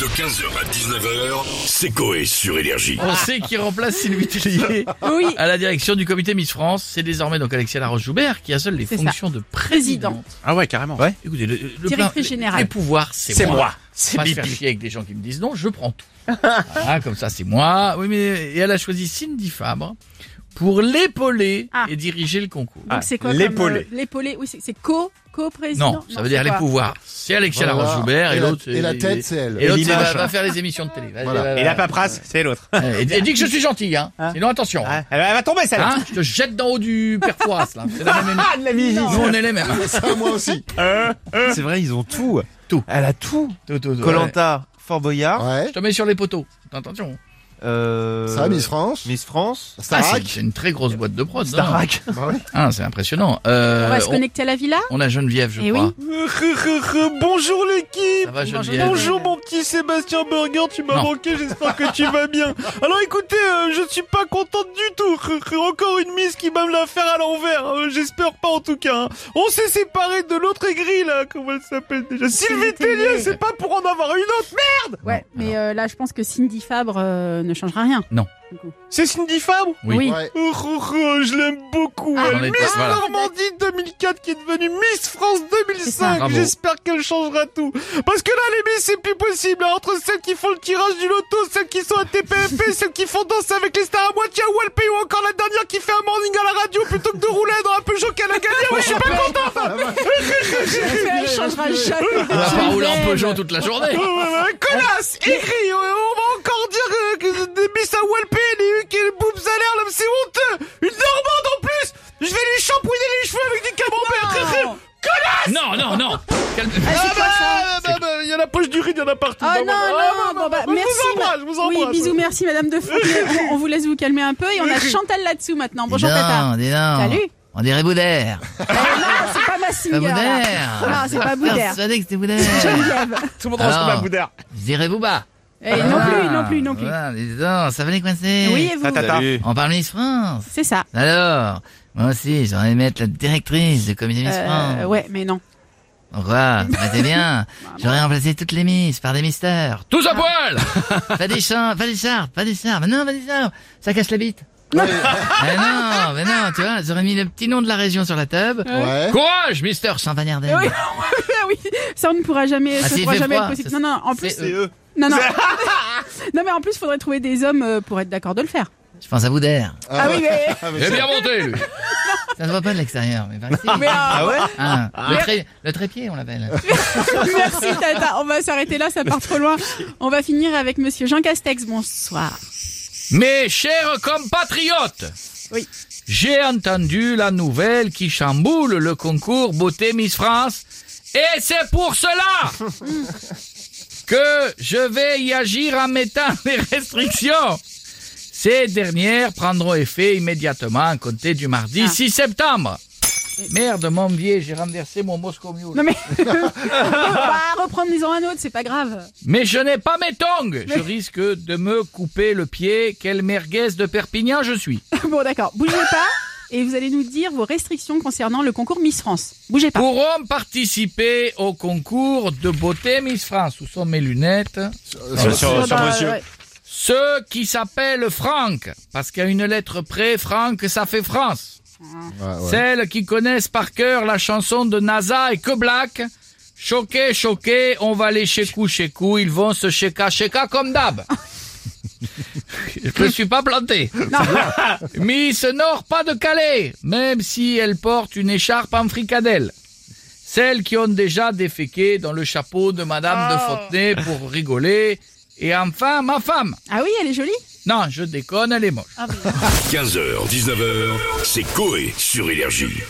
De 15h à 19h, c'est Coé sur Énergie. On sait qui remplace Sylvie Tellier Oui. à la direction du comité Miss France. C'est désormais donc Alexia Laroche-Joubert qui a seul les C'est ça. fonctions de présidente. Ah ouais, carrément. Écoutez, le, le Directrice plein- générale. Les pouvoirs, c'est C'est moi. moi. C'est pas se faire chier avec des gens qui me disent non, je prends tout. Ah, comme ça, c'est moi. Oui, mais et elle a choisi Cindy Fabre pour l'épauler Ah. et diriger le concours. Donc c'est quoi comme, l'épaulé. euh, L'épaulé, oui, c'est c'est co co-président. non, ça veut dire c'est les quoi pouvoirs. C'est Alexia Voilà. Laroche-Joubert et la- l'autre. Et la il- tête, c'est elle. Et l'autre, c'est, va, l'image. va faire les émissions de télé. Vas-y, Voilà. va, va, Et la va. paperasse, c'est l'autre. Et, et dis que je suis gentil, hein. Hein Sinon, attention. Ah, Elle va tomber, celle-là. Hein, je te jette d'en haut du perforas, là. C'est la même. Ah, de la visite. Nous, on est les mêmes. Ça, moi aussi. C'est vrai, ils ont tout. Tout. Elle a tout. Ouais. Colanta, Fort Boyard. Ouais. Je te mets sur les poteaux. Attention. euh, Ça, Miss France. Miss France. Ah, c'est, Starac. c'est une très grosse boîte de prod. non Starac. Bah oui. Ah, c'est impressionnant. Euh, On va se on, Ah connecter à la villa on a Geneviève, je Eh crois. oui. Bonjour l'équipe. Ça va, Bonjour. Geneviève Bonjour. mon petit Sébastien Burger, tu m'as Non. manqué, j'espère que tu vas bien. Alors écoutez, euh, je suis pas contente du tout. Encore une miss qui va me la faire à l'envers. Euh, j'espère pas en tout cas. hein. On s'est séparés de l'autre aigrie là, comment elle s'appelle déjà Sylvie Tellier, c'est pas pour en avoir une autre. mais Ouais, mais euh, là, je pense que Cindy Fabre euh, ne changera rien. C'est Cindy Fabre Oui. Ouais. Oh, oh, oh, je l'aime beaucoup. Ah, elle. on est- Miss voilà. Normandie 2004 qui est devenue Miss France C'est ça, 2005. bravo. J'espère qu'elle changera tout. Parce que là, les Miss, c'est plus possible. hein. Entre celles qui font le tirage du loto, celles qui sont à TPFP, celles qui font danser avec les stars à moitié à Walpé ou encore la dernière qui fait un morning à la radio plutôt que de rouler dans un Peugeot qu'elle a gagné. Ouais, je suis pas Elle changera jamais. On va pas rouler en Peugeot toute la journée. Oh. Ouais, ouais, ouais, connasse, aigri, ouais, on va encore dire euh, que des miss à Walpé, les hucs et les boobs à l'air, là, mais c'est honteux Une normande en plus Je vais lui shampouiner les cheveux avec du camembert Non. Oh Non, non, non. Calme- Ah bah, ah bah, bah, il y a la poche du riz, il y en a partout Oh bah, non, voilà. Ah, non, bah, bon, bah, bah, merci. Je vous ma- embrasse, je vous embrasse Oui, bisous, merci, Madame de Fou. on, on vous laisse vous calmer un peu et on a Chantal là-dessous maintenant. Bonjour, Tata. dis Salut. On dirait Boudère. Eh, non, c'est pas ma singer. là. Non, c'est pas Boudère. que c'était Boudère. Geneviève. Tout le monde Alors. ressemble à Boudère Je dirais Ah. Bouba. Eh, non plus, non plus, non plus. ça venait coincer. Oui, et vous On parle Miss France. C'est ça. Alors, moi aussi, j'aurais aimé être la directrice de Comité Miss Euh, France. ouais, mais non. Pourquoi Bah, t'es bien. J'aurais remplacé toutes les Miss par des mistères. Tous à poil Pas des champs, pas des charpes, pas des charpes. Non, pas des charpes. Ça casse la bite. mais non, mais non, tu vois, j'aurais mis le petit nom de la région sur la table. Ouais. Courage, Mister Champagnardel. Oui. Ah oui, ça on ne pourra jamais, Ah, ça c'est pourra fait jamais froid. être possible. Ça, Non, non, en plus, c'est euh. eux. non, non. non, mais en plus, faudrait trouver des hommes euh, pour être d'accord de le faire. Je pense à Boudère. Ah, oui, mais, Ah, mais Il est ça- bien monté, lui. Ça se voit pas de l'extérieur, mais par ici. mais, euh, Ah, le, tré- le trépied, on l'appelle. euh, merci Tata. On va s'arrêter là, ça part trop loin. On va finir avec Monsieur Jean Castex. Bonsoir. Mes chers compatriotes, Oui. j'ai entendu la nouvelle qui chamboule le concours Beauté Miss France et c'est pour cela que je vais y agir en mettant des restrictions. Ces dernières prendront effet immédiatement à compter du mardi Ah. 6 septembre. Merde, mon vieil, j'ai renversé mon Moscow Mule. Non mais, on va reprendre les uns un autre, c'est pas grave. Mais je n'ai pas mes tongs Je risque de me couper le pied. Quelle merguez de Perpignan je suis Bon, d'accord, bougez pas. Et vous allez nous dire vos restrictions concernant le concours Miss France. Bougez pas. pourront participer au concours de beauté Miss France. Où sont mes lunettes ça- Ah bah, ouais. Ceux qui s'appellent Franck, parce qu'à une lettre près, Franck, ça fait France. Ah. ouais, ouais. Celles qui connaissent par cœur la chanson de NASA et que Black, choqués, choqués, on va les chécou, chécou, ils vont se chéca, chéca comme d'hab. Je me suis pas planté. Miss Nord, pas de Calais, même si elle porte une écharpe en fricadelle. Celles qui ont déjà déféqué dans le chapeau de Madame de Fontenay pour rigoler. Et enfin, ma femme. Ah oui, elle est jolie. Non, je déconne, elle est moche. Ah oui. 15h, 19h, c'est Coé sur Énergie.